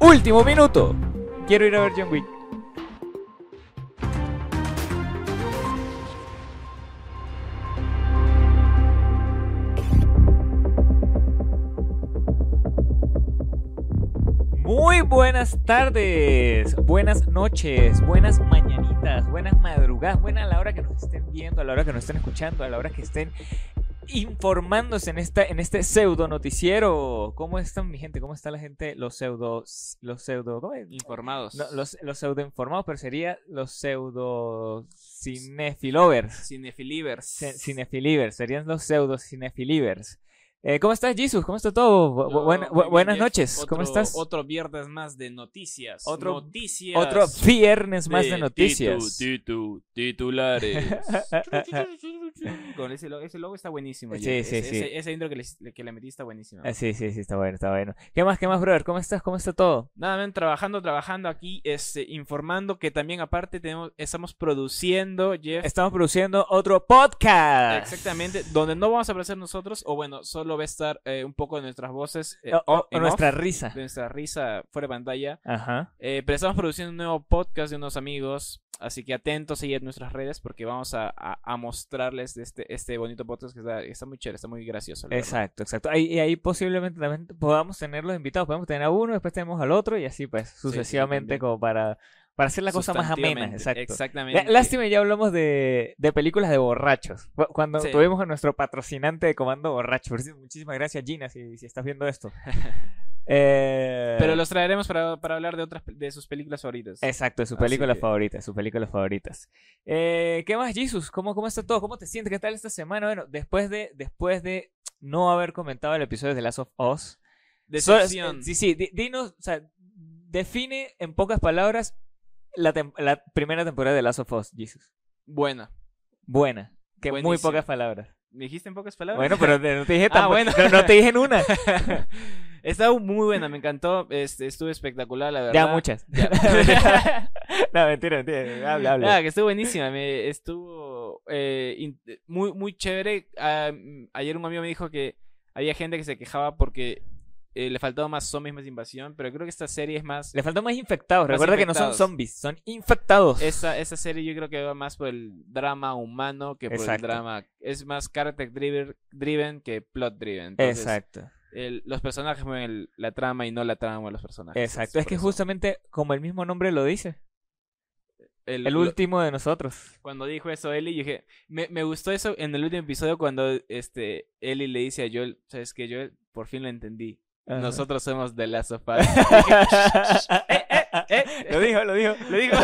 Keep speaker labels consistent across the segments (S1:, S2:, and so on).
S1: Último minuto. Quiero ir a ver John Wick. Muy buenas tardes, buenas noches, buenas mañanitas, buenas madrugadas, buena a la hora que nos estén viendo, a la hora que nos estén escuchando, a la hora que estén informándose en esta en este pseudo noticiero. ¿Cómo están mi gente? ¿Cómo está la gente? Los pseudo los pseudo ¿cómo es?
S2: Informados.
S1: No, los, los pseudo informados, pero sería los pseudo cinefilovers,
S2: Cinefilivers.
S1: ce- cinefilivers, serían los pseudo cinefilivers. Eh, ¿Cómo estás, Jesus? ¿Cómo está todo? Bu- bu-
S2: Yo,
S1: buena- bu-
S2: muy bien,
S1: buenas
S2: Jeff.
S1: noches,
S2: Otro-
S1: ¿cómo estás?
S2: Otro viernes más de noticias.
S1: Otro-
S2: noticias.
S1: Otro viernes más de
S2: titu-
S1: noticias.
S2: titu- titulares. Con ese logo, ese logo está buenísimo.
S1: Sí,
S2: Jeff.
S1: sí,
S2: ese,
S1: sí.
S2: Ese, ese intro que le, que le metí está buenísimo.
S1: Ah, sí, sí, sí, está bueno, está bueno. ¿Qué más, qué más, brother? ¿Cómo estás? ¿Cómo está todo?
S2: Nada, ven, trabajando, trabajando aquí, este, informando que también aparte tenemos, estamos produciendo, Jeff. ah.
S1: Estamos produciendo otro podcast.
S2: Exactamente, donde no vamos a aparecer nosotros, o bueno, solo va a estar eh, un poco de nuestras voces, eh,
S1: O- o-
S2: en off,
S1: nuestra risa.
S2: de nuestra risa fuera de pantalla.
S1: Ajá.
S2: Eh, pero estamos produciendo un nuevo podcast de unos amigos, así que atentos ahí en nuestras redes porque vamos a, a- a mostrarles de este, este bonito podcast que está, está muy chévere, está muy gracioso. la verdad.
S1: Exacto, exacto. Ahí, y ahí posiblemente también podamos tener los invitados. Podemos tener a uno, después tenemos al otro y así pues
S2: sí,
S1: sucesivamente
S2: también.
S1: como para, para hacer la cosa más amena.
S2: Sustantivamente,
S1: Exacto.
S2: Exactamente.
S1: Ya, Lástima, ya hablamos de, de películas de borrachos. Cu- Cuando
S2: Sí.
S1: tuvimos a nuestro patrocinante de Comando Borracho. Por cierto, Muchísimas gracias, Gina, si, si estás viendo esto. Eh,
S2: Pero los traeremos para, para hablar de otras de sus películas favoritas.
S1: Exacto, sus
S2: Así
S1: películas
S2: que-
S1: favoritas, sus películas favoritas. Eh, ¿Qué más, Jesus? ¿Cómo, ¿Cómo está todo? ¿Cómo te sientes? ¿Qué tal esta semana? Bueno, después de, después de no haber comentado el episodio de The Last of Us. so-
S2: Decepción.
S1: sí, sí, di- dinos, o sea, define en pocas palabras la, tem- la primera temporada de The Last of Us, Jesus.
S2: Buena.
S1: Buena, que muy
S2: Buenísima.
S1: pocas palabras.
S2: ¿Me dijiste en pocas palabras?
S1: Bueno, pero te- no te dije
S2: Ah,
S1: tan bueno.
S2: bueno.
S1: no, no te dije en una.
S2: Está muy buena, me encantó. Este, estuvo espectacular, la verdad.
S1: Ya muchas.
S2: Ya.
S1: no, mentira, mentira. Habla, habla.
S2: Ah, que estuvo buenísima, me estuvo eh, in- muy, muy chévere. Ah, mm, ayer un amigo me dijo que había gente que se quejaba porque eh, le faltaba más zombies, más invasión, pero creo que esta serie es más...
S1: Le faltó más infectados.
S2: Más
S1: Recuerda que no son
S2: infectados.
S1: zombies, son infectados.
S2: Esa, esa serie yo creo que va más por el drama humano que por
S1: Exacto.
S2: el drama... Es más character driven, driven que plot driven. Entonces,
S1: Exacto,
S2: el- los personajes mueven el- la trama y no la trama mueve los personajes.
S1: exacto. Es
S2: por
S1: que
S2: ah, eso.
S1: justamente como el mismo nombre lo dice,
S2: el,
S1: el
S2: lo-
S1: último de nosotros.
S2: Cuando dijo eso Ellie, yo dije, me, me gustó eso en el último episodio cuando este Ellie le dice a Joel, sabes que Joel, por fin lo entendí.
S1: Ajá.
S2: Nosotros somos The Last of Us.
S1: Eh, eh, eh. Lo dijo, lo dijo, lo dijo.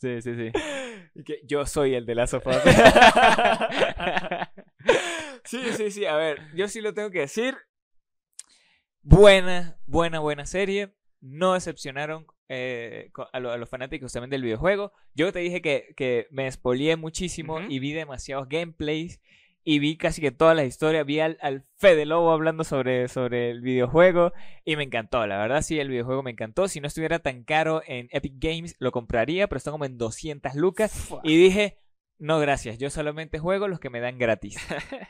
S2: sí, sí, sí.
S1: Y que yo soy el de la sofá. sí, sí, sí. A ver, yo sí lo tengo que decir. Buena, buena, buena serie. No decepcionaron eh, co- a, lo- a los fanáticos también del videojuego. Yo te dije que, que me espolié muchísimo
S2: Ujú.
S1: y vi demasiados gameplays y vi casi que todas las historias. Vi al, al Fede Lobo hablando sobre, sobre el videojuego y me encantó. La verdad, sí, el videojuego me encantó. Si no estuviera tan caro en Epic Games, lo compraría, pero está como en 200 lucas. Y dije, no, gracias, yo solamente juego los que me dan gratis.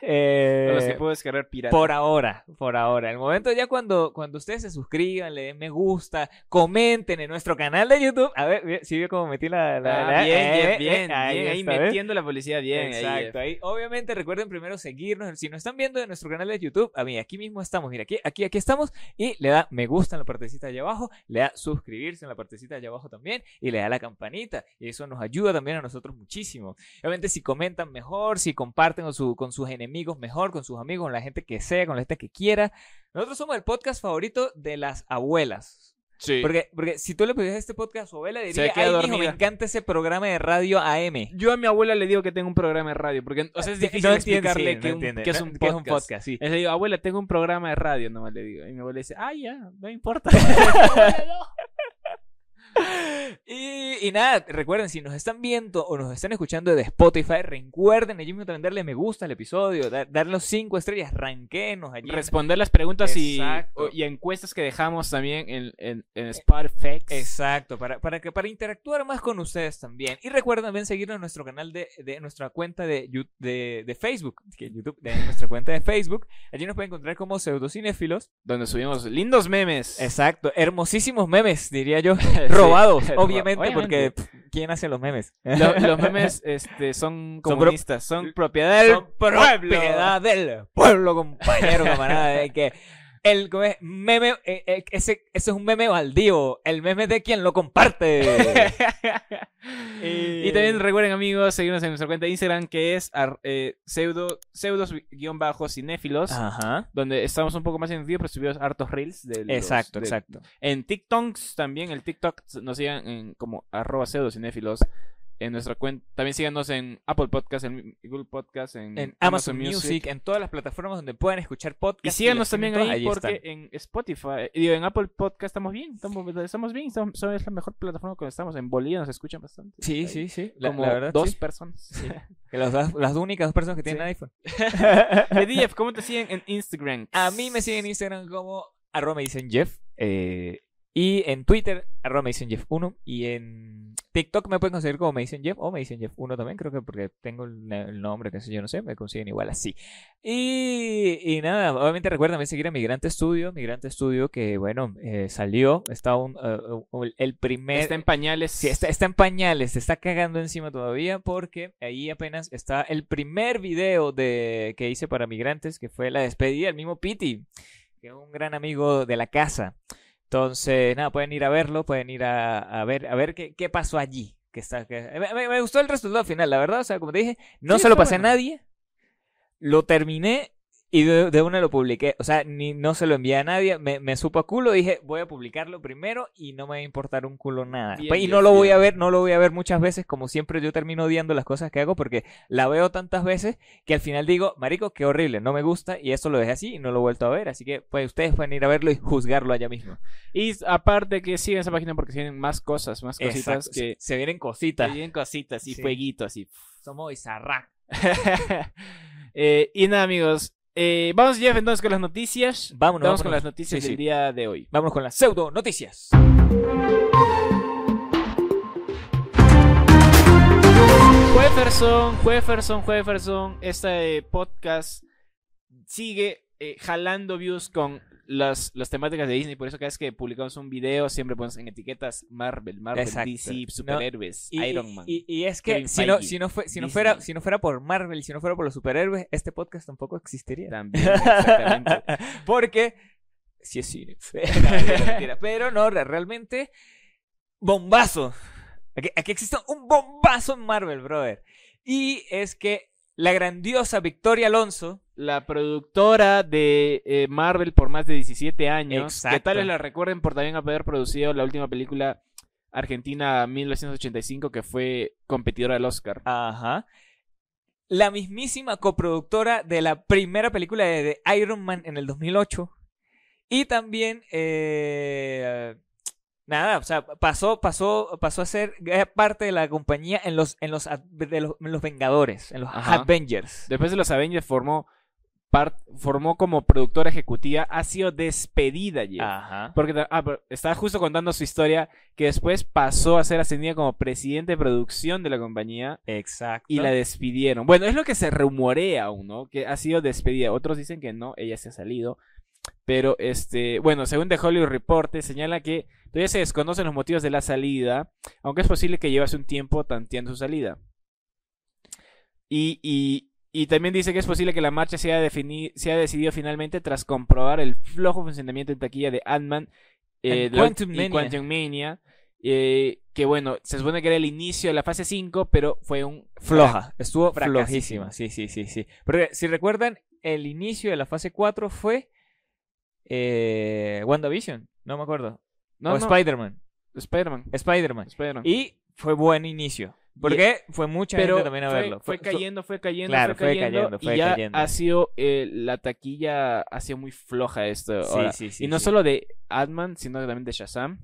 S1: Eh,
S2: Con los que puedo descargar pirata.
S1: por ahora, por ahora. El momento ya cuando, cuando ustedes se suscriban, le den me gusta, comenten en nuestro canal de YouTube. A ver, si vio cómo metí la... la-
S2: Ah,
S1: la-
S2: bien,
S1: eh, eh,
S2: bien, bien,
S1: ahí
S2: bien, ahí
S1: está, ¿ves?
S2: metiendo la publicidad bien. ahí, eh.
S1: Exacto, ahí. Obviamente recuerden primero seguirnos. Si nos están viendo en nuestro canal de YouTube, a mí aquí mismo estamos. Mira, aquí, aquí, aquí estamos. Y le da me gusta en la partecita de allá abajo, le da suscribirse en la partecita de allá abajo también y le da la campanita. Y eso nos ayuda también a nosotros muchísimo. Obviamente si comentan mejor, si comparten con, su- con sus enemigos mejor, con sus amigos, con la gente que sea, con la gente que quiera. Nosotros somos el podcast favorito de las abuelas.
S2: Sí.
S1: Porque, porque si tú le pedías este podcast a su abuela, diría,
S2: queda
S1: ay, mijo, me
S2: dormida".
S1: encanta ese programa de radio AM.
S2: Yo a mi abuela le digo que tengo un programa de radio, porque o sea, es
S1: Sí,
S2: difícil
S1: Ah, no entiende,
S2: explicarle
S1: sí, no
S2: que, un-
S1: entiende,
S2: que es
S1: ¿no?
S2: un
S1: que es
S2: podcast.
S1: sí.
S2: Le digo, abuela, tengo un programa de radio, nomás le digo. Y mi abuela dice, ah, ya, no importa.
S1: Y y nada, recuerden, si nos están viendo o nos están escuchando de Spotify, recuerden allí mismo también darle me gusta al episodio, dar, darle los cinco estrellas, ranquenos allí. en-
S2: Responder las preguntas y,
S1: Exacto.
S2: o- y encuestas que dejamos también en, en, en Spotify.
S1: Exacto, para, para, que, para interactuar más con ustedes también. Y recuerden también seguirnos en nuestro canal de, de nuestra cuenta de, Yu- de, de Facebook, que YouTube, de nuestra cuenta de Facebook. Allí nos pueden encontrar como pseudocinéfilos.
S2: Donde subimos lindos memes.
S1: Exacto, hermosísimos memes, diría yo.
S2: Sí.
S1: Robados,
S2: Ro-
S1: obviamente,
S2: obviamente.
S1: porque pff, ¿quién hace los memes?
S2: Lo- los memes este, son
S1: pro-
S2: comunistas, son, propiedad del
S1: Son propiedad del pueblo, compañero, camarada. de que el ¿cómo es? meme, eh, eh, ese, ese es un meme baldío, el meme de quien lo comparte. Eh.
S2: Y también recuerden, amigos, seguirnos en nuestra cuenta de Instagram que es ar- eh, pseudo, pseudos-cinéfilos,
S1: Ajá.
S2: donde estamos un poco más en vídeo, pero subimos hartos reels. De los-
S1: Exacto,
S2: de-
S1: exacto.
S2: En TikToks también, el TikTok nos sigan en como arroba pseudocinéfilos. En nuestra cuenta, también síganos en Apple Podcast, en Google Podcast, en,
S1: En Amazon, Music, en todas las plataformas donde puedan escuchar
S2: Y
S1: podcasts.
S2: síganos
S1: los
S2: también
S1: tienen
S2: ahí,
S1: todas,
S2: porque
S1: están.
S2: en Spotify, eh, digo, en Apple Podcast estamos bien, estamos, estamos bien, estamos, es la mejor plataforma que estamos. En Bolivia nos escuchan bastante.
S1: Sí,
S2: Ahí,
S1: sí, sí. La,
S2: como
S1: la verdad,
S2: dos
S1: sí.
S2: personas.
S1: Que las, dos- las únicas dos personas que tienen
S2: Sí.
S1: iPhone.
S2: Eh, Jeff, ¿cómo te siguen en Instagram?
S1: A mí me siguen en Instagram como arroba me dicen Jeff. eh, y en Twitter, arroba me dicen Jeff 1. Y en TikTok me pueden conseguir como me dicen Jeff o me dicen Jeff 1 también. Creo que porque tengo el, el nombre, que sé yo, no sé. Me consiguen igual así. Y, y nada, obviamente recuerden seguir a Migrante Studio. Migrante Studio que, bueno, eh, salió. Está un, eh, un- el primer...
S2: Está en pañales.
S1: Sí, está, está en pañales, se está cagando encima todavía porque ahí apenas está el primer video de, que hice para migrantes, que fue la despedida del mismo Piti, que es un gran amigo de la casa. Entonces, nada, pueden ir a verlo, pueden ir a, a ver, a ver qué, qué pasó allí. Que está, que- me, me- me gustó el resultado final, la verdad, o sea, como te dije, no
S2: Sí,
S1: se lo
S2: está
S1: pasé
S2: bueno.
S1: a nadie, lo terminé y de, de una lo publiqué, o sea, ni, no se lo envié a nadie, me, me supo a culo, dije, voy a publicarlo primero y no me va a importar un culo nada.
S2: Bien,
S1: Pues, y
S2: bien,
S1: no lo voy
S2: bien.
S1: a ver, no lo voy a ver muchas veces, como siempre yo termino odiando las cosas que hago porque la veo tantas veces que al final digo, marico, qué horrible, no me gusta y eso lo dejé así y no lo he vuelto a ver, así que pues ustedes pueden ir a verlo y juzgarlo allá mismo.
S2: Y aparte que sigan esa página porque tienen más cosas, más cositas
S1: Exacto,
S2: que...
S1: se vienen cositas.
S2: Tienen cositas y
S1: Sí.
S2: fueguitos y...
S1: Somos Izarra.
S2: Eh, y nada, amigos. Eh, vamos, Jeff, entonces con las noticias.
S1: Vámonos,
S2: Vamos con
S1: vámonos.
S2: las noticias
S1: Sí,
S2: del
S1: sí.
S2: día de hoy.
S1: Vámonos con las pseudo noticias.
S2: Jefferson, Jefferson, Jefferson, este eh, podcast sigue eh, jalando views con las, las temáticas de Disney, por eso cada vez que publicamos un video siempre ponemos en etiquetas Marvel, Marvel,
S1: Exacto.
S2: DC,
S1: No,
S2: superhéroes,
S1: Y,
S2: Iron Man.
S1: y- y es que
S2: Kevin
S1: si no,
S2: Feige,
S1: si, no fue- si, no
S2: Disney.
S1: fuera, si no fuera por Marvel, si no fuera por los superhéroes, este podcast tampoco existiría.
S2: También, exactamente.
S1: Porque sí es cine. No, mentira, mentira. Pero no, re- realmente, bombazo. Aquí, aquí existe un bombazo en Marvel, brother. Y es que la grandiosa Victoria Alonso,
S2: La productora de eh, Marvel por más de 17 años, que
S1: Exacto.
S2: tal vez la recuerden por también haber producido la última película argentina 1985 que fue competidora del Oscar.
S1: ajá, la mismísima coproductora de la primera película de, de Iron Man en el 2008. Y también, eh, nada, o sea, pasó, pasó, pasó a ser eh, parte de la compañía en los, en los, ad- de los, en los Vengadores, en los
S2: Ajá.
S1: Avengers.
S2: Después de los Avengers formó, par- formó como productora ejecutiva. Ha sido despedida ya.
S1: Ajá.
S2: Porque ta- ah, pero estaba justo contando su historia que después pasó a ser ascendida como presidente de producción de la compañía
S1: Exacto.
S2: y la despidieron. Bueno, es lo que se rumorea aún, ¿no? Que ha sido despedida. Otros dicen que no, ella se ha salido. Pero, este, bueno, según The Hollywood Report, señala que todavía se desconocen los motivos de la salida, aunque es posible que llevase un tiempo tanteando su salida. Y, y- y también dice que es posible que la marcha sea haya, defini- se haya decidido finalmente tras comprobar el flojo funcionamiento en taquilla de Ant-Man eh,
S1: And
S2: de la-
S1: Quantum
S2: y
S1: Mania.
S2: Quantum Mania, eh, que bueno, se supone que era el inicio de la fase 5, pero fue un
S1: floja. Estuvo
S2: fracasísima.
S1: flojísima. Sí, sí, sí, sí. Porque si recuerdan, el inicio de la fase 4 fue eh, WandaVision. No me acuerdo.
S2: No,
S1: o
S2: no,
S1: Spider-Man.
S2: Spider-Man.
S1: Spider-Man.
S2: Spider-Man.
S1: Y fue buen inicio. Porque fue mucha
S2: pero
S1: gente también a
S2: fue,
S1: verlo.
S2: fue cayendo, fue cayendo,
S1: Claro,
S2: fue
S1: fue
S2: cayendo,
S1: cayendo, fue
S2: y ya
S1: cayendo.
S2: ha sido eh, la taquilla ha sido muy floja esto.
S1: Sí,
S2: ahora.
S1: sí, sí,
S2: y no
S1: sí.
S2: solo de Adman, sino también de Shazam.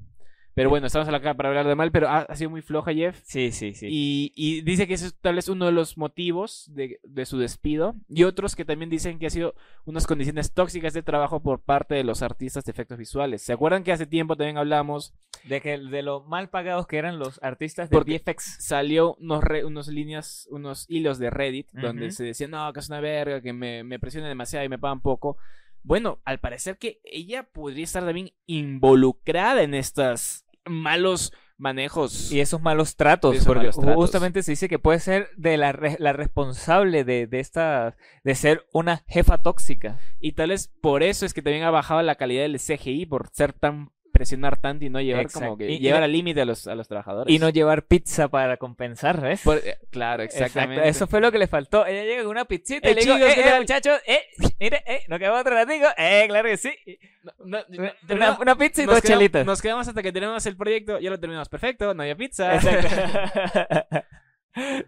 S2: Pero bueno, estamos acá para hablar de mal, pero ha, ha sido muy floja Jeff.
S1: Sí, sí, sí.
S2: Y, y dice que ese es tal vez uno de los motivos de, de su despido. Y otros que también dicen que ha sido unas condiciones tóxicas de trabajo por parte de los artistas de efectos visuales. ¿Se acuerdan que hace tiempo también hablamos?
S1: De, que, de lo mal pagados que eran los artistas de
S2: Porque-
S1: VFX.
S2: Salió unos, re- unos líneas, unos hilos de Reddit donde
S1: Ujú.
S2: se decía, no, que es una verga, que me, me presionan demasiado y me pagan poco. Bueno, al parecer que ella podría estar también involucrada en estos malos manejos.
S1: Y e esos malos tratos,
S2: Y esos
S1: porque
S2: malos tratos.
S1: justamente se dice que puede ser de la, re- la responsable de, de esta, de ser una jefa tóxica.
S2: Y tal vez por eso es que también ha bajado la calidad del CGI, por ser tan presionar tanto y no llevar como
S1: Exacto.
S2: que
S1: Y- y
S2: llevar
S1: la-
S2: al límite a los, a los trabajadores.
S1: Y no llevar pizza para compensar, ¿ves?
S2: Por- eh, claro,
S1: Exacto,
S2: exactamente.
S1: Eso fue lo que le faltó. Ella llega con una pizzita
S2: Eh,
S1: y le digo,
S2: chicos, ¿qué
S1: eh, eh,
S2: tal?"
S1: muchachos, eh, mire, eh, nos quedamos otro ratico. Eh, claro que sí.
S2: No, no, no,
S1: Una,
S2: terminamos-
S1: una pizza y
S2: nos
S1: dos
S2: quedamos-
S1: chelitas.
S2: Nos quedamos hasta que tenemos el proyecto, ya lo terminamos perfecto, no había pizza.
S1: Exacto.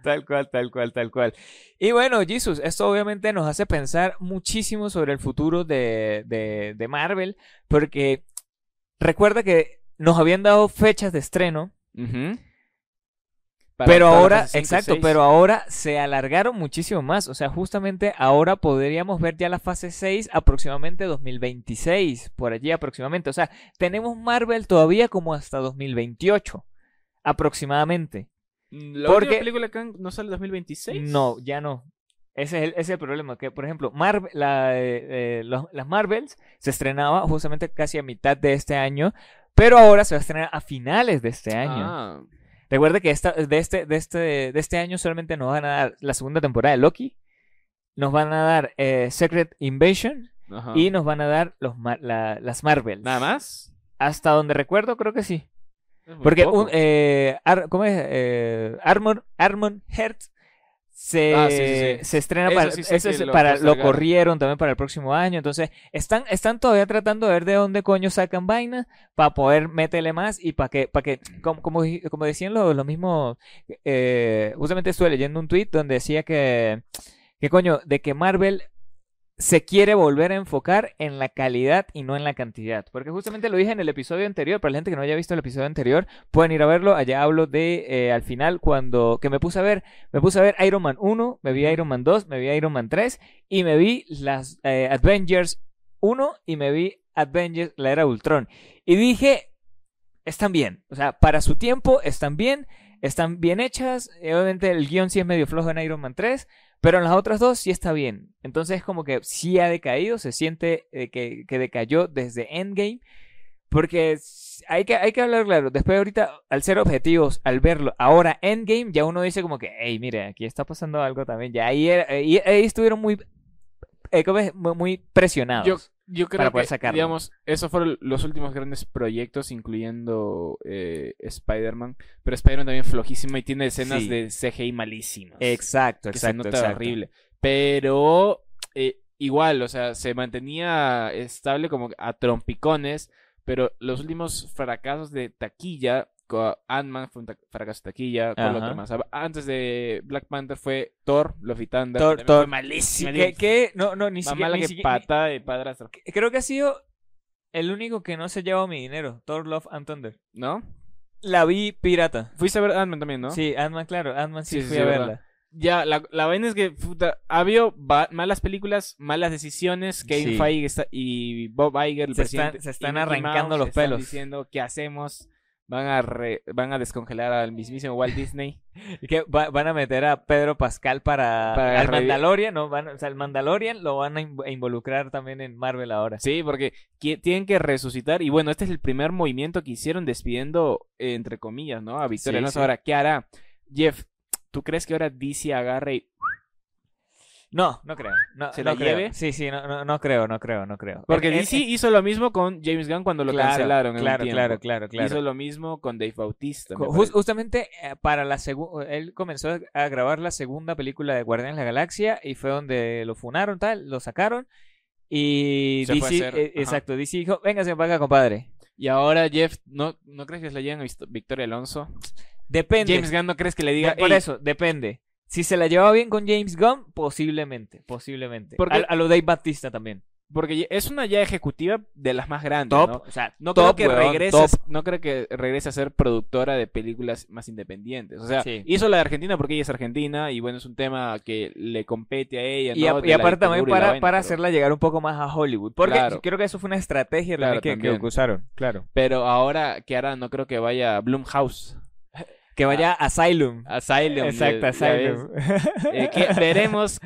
S1: tal cual, tal cual, tal cual. Y bueno, Jesus, esto obviamente nos hace pensar muchísimo sobre el futuro de, de- de Marvel, porque recuerda que nos habían dado fechas de estreno,
S2: Ujú. Para-
S1: pero
S2: para la
S1: ahora,
S2: fase cinco,
S1: exacto,
S2: seis.
S1: pero ahora se alargaron muchísimo más. O sea, justamente ahora podríamos ver ya la fase 6 aproximadamente 2026, por allí aproximadamente. O sea, tenemos Marvel todavía como hasta 2028, aproximadamente.
S2: ¿La
S1: porque-
S2: última película que han- no sale 2026?
S1: No, ya no. Ese es el, ese es el problema. Que, por ejemplo, Marvel, la, eh, eh, los- las Marvels se estrenaba justamente casi a mitad de este año, pero ahora se va a estrenar a finales de este año.
S2: Ah,
S1: Recuerda que esta, de, este, de, este, de este año solamente nos van a dar la segunda temporada de Loki, nos van a dar eh, Secret Invasion
S2: ajá.
S1: y nos van a dar los, Mar- la- las Marvels.
S2: Ah. nada más.
S1: Hasta donde recuerdo, creo que sí.
S2: Es muy
S1: Porque
S2: poco.
S1: un, eh, Ar- ¿cómo es? Eh, Armor, Armon Heart se,
S2: Ah, sí, sí, sí.
S1: se estrena
S2: Eso
S1: para,
S2: sí sé
S1: eso
S2: que
S1: es
S2: lo
S1: para lo
S2: postergaron.
S1: corrieron también para el próximo año. Entonces, están, están todavía tratando de ver de dónde coño sacan vainas para poder meterle más y para que, para que, como, como, di- como decían los, los mismos, eh, justamente estuve leyendo un tweet donde decía que, que coño, de que Marvel se quiere volver a enfocar en la calidad y no en la cantidad. Porque justamente lo dije en el episodio anterior, para la gente que no haya visto el episodio anterior, pueden ir a verlo. Allá hablo de eh, al final cuando que me puse a ver, me puse a ver Iron Man 1, me vi Iron Man 2, me vi Iron Man 3 y me vi las eh, Avengers 1 y me vi Avengers la era de Ultron. Y dije, están bien, o sea, para su tiempo están bien, están bien hechas. Eh, Obviamente el guión sí es medio flojo en Iron Man 3, pero en las otras dos sí está bien. Entonces, como que sí ha decaído, se siente eh, que, que decayó desde Endgame. Porque s- hay que, hay que hablar claro. Después, ahorita, al ser objetivos, al verlo ahora Endgame, ya uno dice como que, hey, mire, aquí está pasando algo también. Ya ahí, era- ahí- ahí estuvieron muy, eh, ¿cómo es? Muy- muy presionados.
S2: Yo, yo creo
S1: para poder
S2: que,
S1: sacarlo.
S2: digamos, esos fueron los últimos grandes proyectos, incluyendo eh, Spider-Man. Pero Spider-Man también flojísimo y tiene escenas
S1: Sí.
S2: de CGI malísimas.
S1: Exacto,
S2: Pues, que se
S1: exacto,
S2: nota
S1: exacto.
S2: horrible. Pero eh, igual, o sea, se mantenía estable como a trompicones, pero los últimos fracasos de taquilla, co- Ant-Man fue un ta- fracaso de taquilla, con lo
S1: Ajá.
S2: otro más. Antes de Black Panther fue Thor, Love y Thunder,
S1: Thor-
S2: que también
S1: Thor-
S2: fue malísima,
S1: Que,
S2: digo,
S1: que- no, no, ni
S2: más
S1: siquiera.
S2: mala
S1: ni
S2: que
S1: siquiera- ni-
S2: pata de padrastro,
S1: creo que ha sido el único que no se ha llevado mi dinero. Thor, Love and Thunder.
S2: ¿no?
S1: La vi pirata.
S2: Fuiste a ver Ant-Man también, ¿no?
S1: Sí, Ant-Man, claro. Ant-Man sí,
S2: Sí, sí,
S1: fui
S2: sí,
S1: a
S2: verdad.
S1: verla.
S2: Ya, la, la vaina es que puta, ha habido ba- malas películas, malas decisiones. Kevin
S1: Sí.
S2: Feige está- y Bob Iger, el
S1: Se están-
S2: presidente.
S1: se están
S2: y Mickey
S1: arrancando
S2: Mouse
S1: los
S2: están
S1: pelos.
S2: diciendo qué hacemos. Van a, re- van a descongelar al mismísimo Walt Disney.
S1: Y que va- van a meter a Pedro Pascal para,
S2: Para
S1: al
S2: revi-
S1: Mandalorian, ¿no? Van, o sea, el Mandalorian lo van a in- a involucrar también en Marvel ahora.
S2: sí, porque qui- tienen que resucitar. Y bueno, este es el primer movimiento que hicieron despidiendo, eh, entre comillas, ¿no? A Victoria
S1: Sí,
S2: Alonso.
S1: sí.
S2: Ahora, ¿qué hará? Jeff, ¿tú crees que ahora DC agarre y
S1: No, no creo. No,
S2: ¿Se
S1: no
S2: la
S1: creo.
S2: lleve?
S1: Sí, sí, no, no, no creo, no creo, no creo.
S2: Porque
S1: En- en-
S2: DC hizo lo mismo con James Gunn cuando lo
S1: claro,
S2: cancelaron. en un
S1: Claro,
S2: tiempo.
S1: claro, claro, claro.
S2: Hizo lo mismo con Dave Bautista. me
S1: Ju-
S2: parece.
S1: justamente eh, para la segunda, él comenzó a grabar la segunda película de Guardianes de la Galaxia y fue donde lo funaron, tal, lo sacaron. Y
S2: Se fue a
S1: DC,
S2: hacer,
S1: eh,
S2: ajá.
S1: exacto, DC dijo, véngase para acá, compadre.
S2: Y ahora, Jeff, ¿no, ¿no crees que se la lleven a Visto- Victoria Alonso?
S1: Depende.
S2: James Gunn, ¿no crees que le diga?
S1: De- por
S2: "Ey,
S1: eso, depende. Si se la llevaba bien con James Gunn, posiblemente, posiblemente.
S2: Porque-
S1: A, a lo Dave Batista también.
S2: Porque ya- es una ya ejecutiva de las más grandes,
S1: Top,
S2: ¿no?
S1: o sea,
S2: No
S1: top,
S2: creo, que
S1: weón,
S2: regrese, a-
S1: top.
S2: no creo que regrese a ser productora de películas más independientes. O sea,
S1: Sí.
S2: hizo la de Argentina porque ella es argentina y bueno, es un tema que le compete a ella.
S1: Y,
S2: ¿no?
S1: a-
S2: De
S1: y
S2: la
S1: aparte también
S2: dictadura y la
S1: para,
S2: vaina,
S1: para
S2: pero-
S1: hacerla llegar un poco más a Hollywood. Porque
S2: Claro.
S1: creo que eso fue una estrategia
S2: Claro,
S1: también que- que,
S2: también.
S1: usaron. Claro.
S2: Pero ahora, que ahora no creo que vaya a Blumhouse.
S1: Que vaya a Asylum.
S2: Asylum.
S1: Exacto,
S2: ya- ya ves.
S1: Asylum.
S2: Eh, que veremos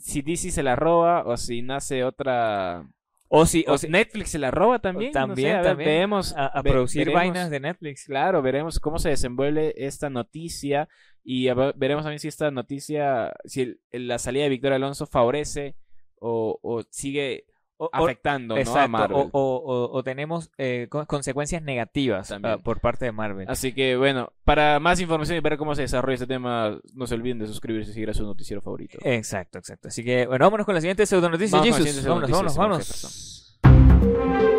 S2: si DC se la roba o si nace otra.
S1: o si,
S2: O
S1: o si-
S2: Netflix se la roba también. no sé,
S1: También,
S2: a ver,
S1: también.
S2: Veremos,
S1: a, a
S2: ve-
S1: producir
S2: veremos.
S1: vainas de Netflix.
S2: Claro, veremos cómo se desenvuelve esta noticia y a ver- veremos también si esta noticia, si el- el- la salida de Víctor Alonso favorece o, o sigue
S1: O, o-
S2: afectando ¿no? a
S1: exacto,
S2: Marvel.
S1: o, o- o- o tenemos eh, co- consecuencias negativas
S2: También.
S1: ah, por parte de Marvel.
S2: Así que bueno, para más información y ver cómo se desarrolla este tema, no se olviden de suscribirse y seguir a su noticiero favorito.
S1: Exacto, exacto. Así que, bueno, vámonos con la siguiente pseudo noticia,
S2: Vamos con la
S1: Eh, Jesus.
S2: siguiente
S1: Vámonos, vámonos,
S2: pseudonoticia,
S1: vámonos.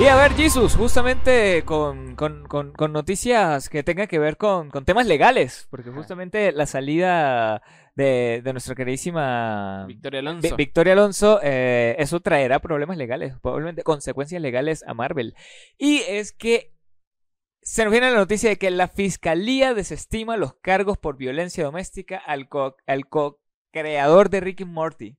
S1: Y a ver, Jesus, justamente con, con- con- con noticias que tengan que ver con, con temas legales, porque
S2: Ajá.
S1: justamente la salida de, de nuestra queridísima
S2: Victoria
S1: Vi-
S2: Alonso.
S1: Victoria Alonso, eh, eso traerá problemas legales, probablemente consecuencias legales a Marvel. Y es que se nos viene la noticia de que la fiscalía desestima los cargos por violencia doméstica al co- al co-creador de Rick and Morty,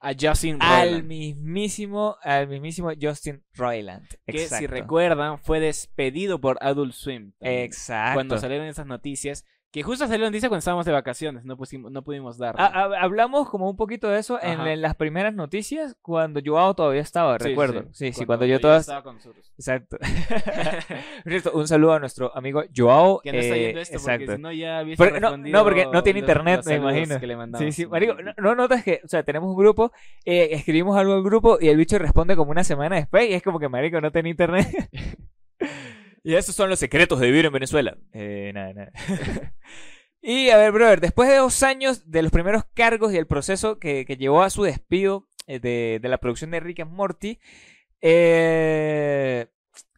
S2: a Justin
S1: al
S2: Roiland,
S1: mismísimo, al mismísimo Justin Roiland.
S2: que si
S1: Exacto.
S2: recuerdan fue despedido por Adult Swim. también,
S1: Exacto.
S2: Cuando salieron esas noticias, que justo salió la noticia cuando estábamos de vacaciones, no, pusimos, no pudimos dar.
S1: Ah, ah, hablamos como un poquito de eso en,
S2: Ajá.
S1: en las primeras noticias cuando Joao todavía estaba, recuerdo. Sí, sí, cuando, yo
S2: todavía
S1: todas
S2: estaba con nosotros.
S1: Exacto. Por cierto, un saludo a nuestro amigo Joao.
S2: Que no está
S1: eh,
S2: yendo esto porque
S1: exacto.
S2: si no ya hubiese
S1: Pero no-
S2: respondido
S1: no, porque no tiene
S2: los-
S1: internet,
S2: los
S1: me
S2: saludos
S1: imagino.
S2: que le mandamos.
S1: Sí, sí, marico, no, no notas que, o sea, tenemos un grupo, eh, escribimos algo al grupo y el bicho responde como una semana después y es como que, marico, no tiene internet. y esos son los secretos de vivir en Venezuela. Eh, nada, nada. y a ver, brother, después de dos años de los primeros cargos y el proceso que, que llevó a su despido eh, de, de la producción de Rick and Morty, eh,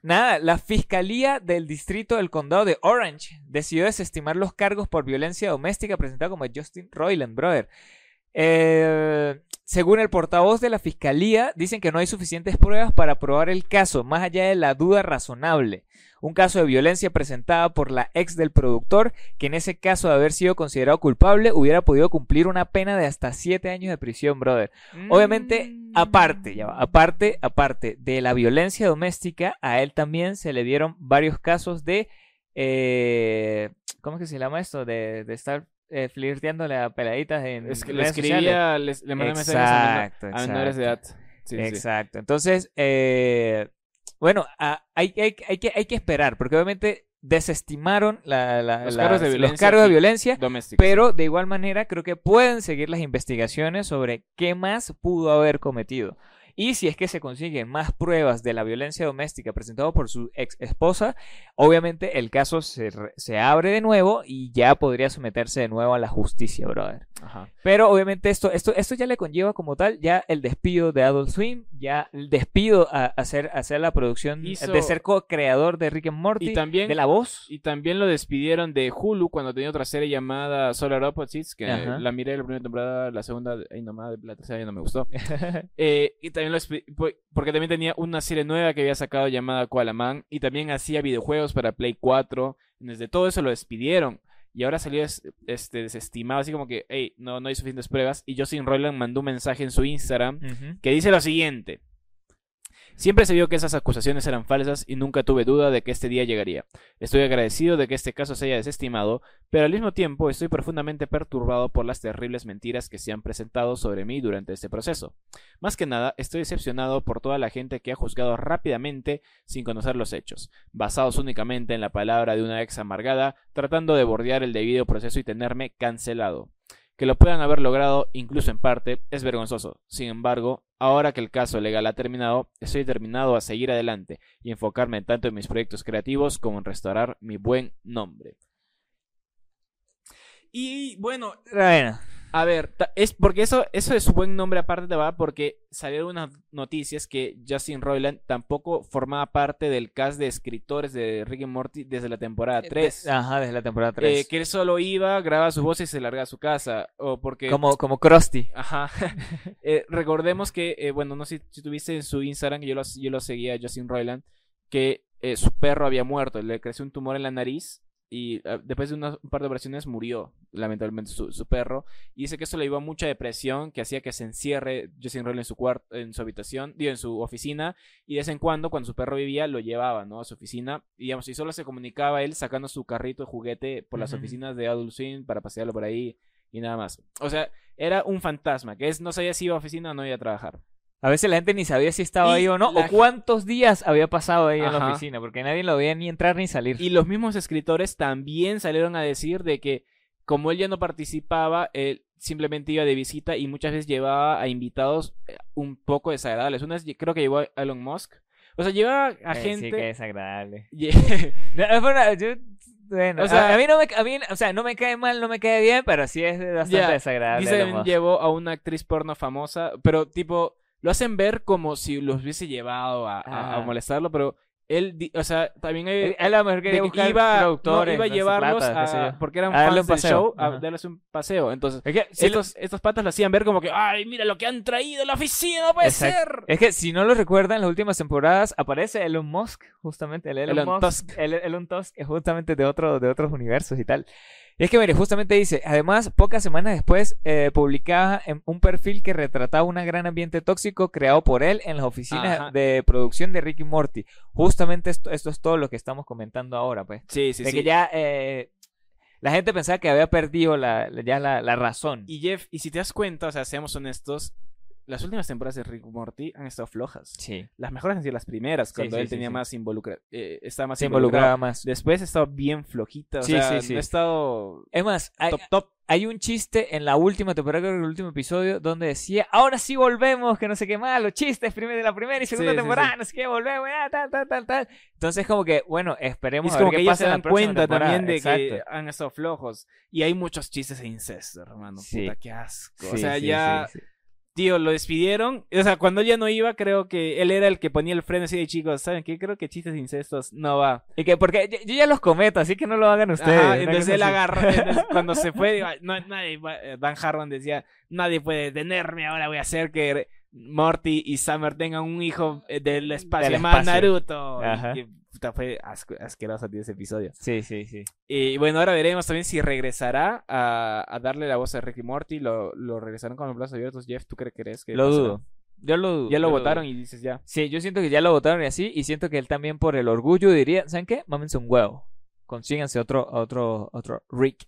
S1: Nada, la Fiscalía del Distrito del Condado de Orange decidió desestimar los cargos por violencia doméstica presentados como Justin Roiland, brother. Eh, según el portavoz de la Fiscalía, dicen que no hay suficientes pruebas para probar el caso, más allá de la duda razonable. Un caso de violencia presentada por la ex del productor, que en ese caso de haber sido considerado culpable, hubiera podido cumplir una pena de hasta siete años de prisión, brother.
S2: Mm.
S1: Obviamente, aparte, ya va, aparte, aparte de la violencia doméstica, a él también se le dieron varios casos de. eh, ¿Cómo es que se llama esto? De, de estar eh, flirteándole a peladitas en.
S2: Es que le
S1: redes sociales.
S2: escribía, les- le mandé mensajes a,
S1: Exacto,
S2: menor- a menores de edad. Sí, sí.
S1: Exacto. Entonces, eh, bueno, a- hay, hay- hay que, hay que esperar, porque obviamente desestimaron la- la-
S2: Los
S1: las-
S2: cargos de
S1: los
S2: violencia
S1: cargos de
S2: y-
S1: violencia
S2: Domésticos.
S1: pero de igual manera creo que pueden seguir las investigaciones sobre qué más pudo haber cometido. Y si es que se consiguen más pruebas de la violencia doméstica presentada por su ex esposa, obviamente el caso se, re- se abre de nuevo y ya podría someterse de nuevo a la justicia, brother.
S2: Ajá.
S1: Pero obviamente esto, esto, esto ya le conlleva como tal ya el despido de Adult Swim, ya el despido a a hacer, a hacer la producción,
S2: Hizo-
S1: de ser co-creador de Rick and Morty,
S2: Y también,
S1: de la voz.
S2: y también lo despidieron de Hulu cuando tenía otra serie llamada Solar Opposites, que
S1: Ajá.
S2: la miré la primera temporada, la segunda, ahí nomás, la tercera ya no me gustó. Eh, y también lo expi- po- porque también tenía una serie nueva que había sacado llamada Koalaman y también hacía videojuegos para Play 4. Desde todo eso lo despidieron. Y ahora salió des- este, desestimado, así como que, hey, no, no hay suficientes pruebas. Y Justin Roiland mandó un mensaje en su Instagram
S1: Ujú.
S2: que dice lo siguiente. Siempre se vio que esas acusaciones eran falsas y nunca tuve duda de que este día llegaría. Estoy agradecido de que este caso se haya desestimado, pero al mismo tiempo estoy profundamente perturbado por las terribles mentiras que se han presentado sobre mí durante este proceso. Más que nada, estoy decepcionado por toda la gente que ha juzgado rápidamente sin conocer los hechos, basados únicamente en la palabra de una ex amargada, tratando de bordear el debido proceso y tenerme cancelado. Que lo puedan haber logrado, incluso en parte, es vergonzoso. Sin embargo, ahora que el caso legal ha terminado, estoy determinado a seguir adelante y enfocarme tanto en mis proyectos creativos como en restaurar mi buen nombre. Y bueno,
S1: Bueno,
S2: A ver, ta- es porque eso, eso de su buen nombre aparte te va porque salieron unas noticias que Justin Roiland tampoco formaba parte del cast de escritores de Rick and Morty desde la
S1: Eh,
S2: temporada 3.
S1: Ajá, desde la temporada 3.
S2: Eh, que él solo iba, grababa sus voces y se largaba a su casa. O porque.
S1: como, como Krusty.
S2: Ajá. Eh, recordemos que, eh, bueno, no sé si tuviste en su Instagram, que yo lo, yo lo seguía a Justin Roiland, que eh, su perro había muerto, le creció un tumor en la nariz y ah, después de unas- un par de operaciones murió, lamentablemente, su, su perro. Y dice que eso le llevó a mucha depresión, que hacía que se encierre Justin Roiland en su cuarto, en su habitación, digo, en su oficina, y de vez en cuando, cuando su perro vivía, lo llevaba, ¿no? A su oficina, y digamos, y solo se comunicaba él sacando su carrito de juguete por las
S1: Ujú.
S2: oficinas de Adult Swim para pasearlo por ahí y nada más. O sea, era un fantasma, que es no sabía si iba a oficina o no iba a trabajar.
S1: A veces la gente ni sabía si estaba
S2: Y
S1: ahí o no,
S2: la
S1: o
S2: ge-
S1: cuántos días había pasado ahí en la
S2: Ajá.
S1: oficina, porque nadie lo veía ni entrar ni salir.
S2: Y los mismos escritores también salieron a decir de que como él ya no participaba, él simplemente iba de visita y muchas veces llevaba a invitados eh, un poco desagradables. Una vez lle- creo que llevó a Elon Musk. O sea, llevaba a
S1: Eh,
S2: gente...
S1: Sí, que desagradable.
S2: Lle-
S1: No, es bueno, yo- bueno,
S2: O
S1: a-
S2: sea-
S1: a, mí no me, a mí, o sea, no me cae mal, no me cae bien, pero sí es bastante
S2: Ya,
S1: desagradable.
S2: Dice
S1: nomás.
S2: llevó a una actriz porno famosa, pero tipo, lo hacen ver como si los hubiese llevado a, a- a
S1: Ajá.
S2: molestarlo, pero él, di- o sea, también hay...
S1: Él- él a lo mejor
S2: de
S1: Eh, quería
S2: que
S1: buscar
S2: iba, no,
S1: productores.
S2: iba a
S1: no sé,
S2: llevarlos
S1: plata, qué sé
S2: a,
S1: yo. Ah,
S2: porque eran
S1: A darle
S2: fans
S1: un
S2: del
S1: paseo,
S2: show, a
S1: ajá.
S2: darles un paseo. Entonces,
S1: Es que si lo-
S2: estos, estos patas lo hacían ver como que, ay, mira lo que han traído a la oficina, no puede
S1: Exacto.
S2: ser.
S1: Es que si no lo recuerdan, en las últimas temporadas aparece Elon Musk, justamente. El Elon,
S2: Elon
S1: Musk,
S2: Tusk.
S1: el- Elon Tusk es justamente de, otro, de otros universos y tal. Y es que, mire, justamente dice, además, pocas semanas después eh, publicaba en un perfil que retrataba un gran ambiente tóxico creado por él en las oficinas
S2: Ajá.
S1: de producción de Ricky Morty. Justamente esto, esto es todo lo que estamos comentando ahora, pues.
S2: Sí, sí,
S1: de
S2: sí.
S1: que ya eh, la gente pensaba que había perdido la, la- ya la, la razón.
S2: Y Jeff, y si te das cuenta, o sea, seamos honestos, las últimas temporadas de Rick and Morty han estado flojas.
S1: sí,
S2: Las mejores han sido las primeras,
S1: Sí,
S2: cuando
S1: sí,
S2: él
S1: sí,
S2: tenía
S1: sí.
S2: más involucra eh, estaba más
S1: se
S2: involucrado.
S1: involucraba más.
S2: Después ha estado bien flojita, o
S1: Sí,
S2: sea,
S1: sí, sí.
S2: no ha estado
S1: Es más, hay,
S2: top top.
S1: hay un chiste en la última temporada, creo que en el último episodio, donde decía, ahora sí volvemos, que no sé qué más, los chistes primero de la primera y segunda
S2: Sí, sí,
S1: temporada, no sé qué, volvemos, ah, tal, tal, tal, tal. Entonces como que, bueno,
S2: Y
S1: esperemos
S2: es
S1: a ver
S2: como
S1: qué
S2: que ellos
S1: pasa
S2: se
S1: en la
S2: dan
S1: próxima
S2: cuenta
S1: temporada.
S2: también de que
S1: Exacto.
S2: han estado flojos. Y hay muchos chistes de incesto, hermano.
S1: Sí.
S2: Puta, qué asco. o
S1: Sí,
S2: sea,
S1: sí,
S2: ya,
S1: sí, sí.
S2: tío, lo despidieron. O sea, cuando él ya no iba, creo que él era el que ponía el freno así de chicos. ¿Saben qué? Creo que chistes de incestos no va.
S1: Y que porque yo, yo ya los cometo, así que no lo hagan ustedes.
S2: Ajá,
S1: una
S2: entonces
S1: cosa
S2: él
S1: así.
S2: agarra. entonces cuando se fue, digo, "No, nadie va-". Eh, Dan Harmon decía: Nadie puede detenerme. Ahora voy a hacer que Morty y Summer tengan un hijo eh, del espacio,
S1: Del
S2: llamado
S1: espacio.
S2: Naruto. Y
S1: Ajá.
S2: que, puta, fue asco- asqueroso tío, ese episodio.
S1: Sí, sí, sí.
S2: Y bueno, ahora veremos también si regresará a, a darle la voz a Ricky Morty. Lo, lo regresaron con los brazos abiertos. Jeff, ¿tú cre- crees que.?
S1: Lo
S2: pasará?
S1: dudo. Yo lo dudo.
S2: Ya lo
S1: yo
S2: votaron
S1: dudo.
S2: y dices ya.
S1: Sí, yo siento que ya lo votaron y así, y siento que él también por el orgullo diría, ¿saben qué? Mámense un huevo. Consíganse otro, otro, otro Rick.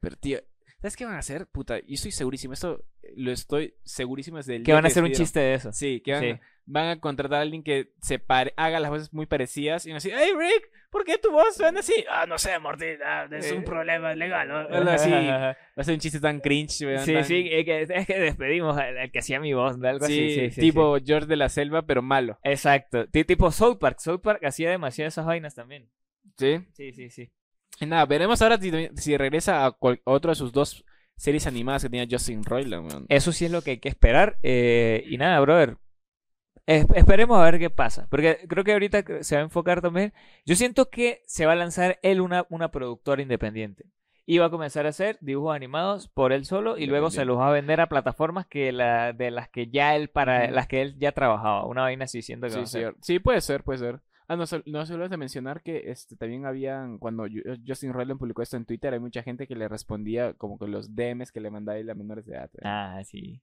S2: Pero tío, ¿sabes qué van a hacer? Puta, yo estoy segurísimo. Esto eh, lo estoy segurísimo desde el.
S1: Que
S2: día
S1: van a hacer un
S2: decidieron.
S1: chiste de eso.
S2: Sí, que van,
S1: Sí.
S2: van a contratar a alguien que se pare- haga las voces muy parecidas y van a decir, hey Rick, ¿por qué tu voz suena así? Ah, no sé, Morty, ah, es un
S1: Eh.
S2: problema legal. o Algo así. Va a ser un chiste tan cringe, weón,
S1: Sí,
S2: tan-
S1: sí, es que, es que despedimos al, al que hacía mi voz, de algo así.
S2: sí,
S1: sí, sí, sí.
S2: tipo George de la Selva, pero malo.
S1: Exacto. Ti- tipo South Park. South Park hacía demasiadas esas vainas también.
S2: Sí.
S1: Sí, sí, sí.
S2: Y Nada, veremos ahora si, si regresa a cual- a otra de sus dos series animadas que tenía Justin Roiland, weón.
S1: Eso sí es lo que hay que esperar. eh, y nada, brother. Es- esperemos a ver qué pasa. Porque creo que ahorita que se va a enfocar también. Yo siento que se va a lanzar él una, una productora independiente. Y va a comenzar a hacer dibujos animados por él solo y luego se
S2: Independiente.
S1: los va a vender a plataformas que la, de las que ya él para
S2: Ujú.
S1: las que él ya trabajaba. Una vaina así siento que va
S2: Sí,
S1: a ser.
S2: sí, sí, puede ser, puede ser. Ah, no, sol- no se olvides de mencionar que este, también habían, cuando Ju- eh, Justin Roiland publicó esto en Twitter, hay mucha gente que le respondía como con los DMs que le mandaba él a menores de edad. ¿eh?
S1: Ah, sí.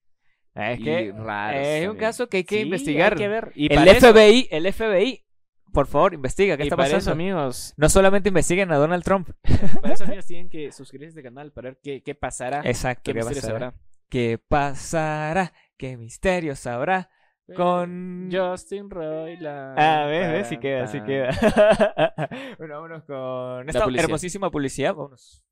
S1: Ah, Es
S2: Y
S1: que
S2: raros
S1: eh, es un
S2: también.
S1: caso que hay que
S2: Sí,
S1: investigar.
S2: hay que ver. Y
S1: El
S2: para eso-
S1: FBI, el FBI, por favor, investiga qué
S2: y
S1: está
S2: para
S1: pasando.
S2: eso, amigos,
S1: no solamente investiguen a Donald Trump.
S2: para eso, amigos, tienen que suscribirse a este canal para ver qué, qué pasará,
S1: Exacto.
S2: qué
S1: ¿Qué
S2: misterios
S1: pasará?
S2: habrá.
S1: ¿Qué pasará? ¿Qué misterios habrá
S2: Pues,
S1: con
S2: Justin Roiland.
S1: Ah, ves, ves, sí
S2: Taran,
S1: queda, sí
S2: tan.
S1: queda. bueno, vámonos con esta
S2: publicidad.
S1: hermosísima publicidad. Vámonos.